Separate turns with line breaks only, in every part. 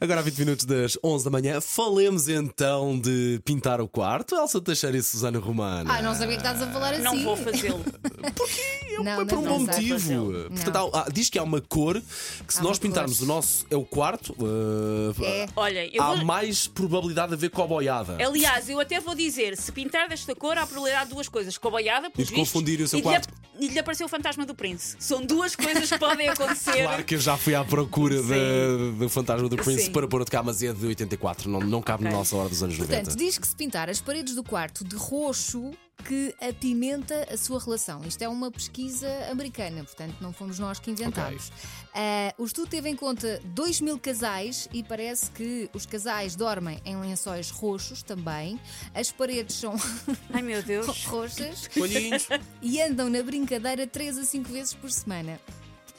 Agora, a 20 minutos das 11 da manhã, falemos então de pintar o quarto. Elsa Teixeira e Susana Romana.
Ah, não sabia que estás a falar assim.
Não vou fazê-lo.
É,
Não,
é por um
não
bom
sei.
motivo.
Não.
Portanto, há- há- diz que há uma cor que, se nós
Há uma cor.
pintarmos o nosso, é o quarto, uh,
É.
Olha, eu
há
vou-
mais probabilidade de haver com a boiada.
Aliás, eu até vou dizer: se pintar desta cor, há probabilidade de duas coisas. Com a boiada, pelos
de
vistos,
confundir o seu
e de lhe-
quarto.
E de lhe aparecer o fantasma do príncipe. São duas coisas que podem acontecer.
Claro que eu já fui à procura da- do fantasma do Prince
Sim.
para pôr de cá, mas é de 84, não, não cabe na
Ok.
nossa hora dos anos
Portanto,
90.
diz que se pintar as paredes do quarto de roxo que apimenta a sua relação. Isto é uma pesquisa americana, portanto não fomos nós que inventámos. Ah, o estudo teve em conta 2 mil casais e parece que os casais dormem em lençóis roxos também. As paredes são
Ai meu Deus.
roxas
Olhinhos.
e andam na brincadeira 3 a 5 vezes por semana.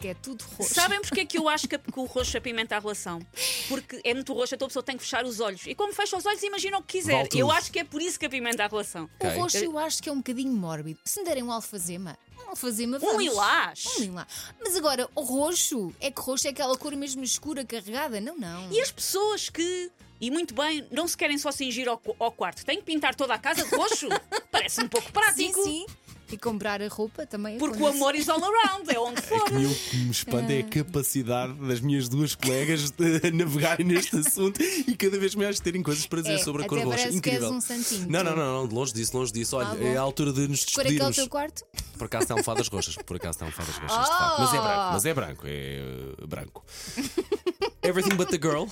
Porque é tudo roxo.
Sabem porque é que eu acho que, que o roxo apimenta a relação? Porque é muito roxo, então a pessoa tem que fechar os olhos. E como fecha os olhos, imagina o que quiser.
Vale tudo.
eu acho que é por isso que apimenta a relação.
O
Ok.
roxo eu acho que é um bocadinho mórbido. Se me derem um alfazema, um alfazema vamos.
lilás.
Um lilás. Mas agora, o roxo, é que roxo é aquela cor mesmo escura, carregada? Não, não.
E é as pessoas que, e muito bem, não se querem só cingir ao, co- ao quarto, têm que pintar toda a casa de roxo? Parece um pouco
sim,
prático.
sim. E comprar a roupa também. é
Porque o
acontece.
amor is all around, é onde for.
É que eu que me espanta é a capacidade das minhas duas colegas de navegarem neste assunto e cada vez mais terem coisas para dizer
É,
sobre a
até
cor roxa.
parece que és
Incrível.
um santinho,
não, não,
tu.
não, não, de longe disso, longe disso. Olha,
Ah, bom.
é a altura de nos
Que Cor é que é o
despedirmos.
teu quarto?
Por acaso é estão fadas roxas, por acaso estão fadas roxas,
Oh!
de facto. Mas é branco, mas é branco, é eh, branco. é, Everything but the girl.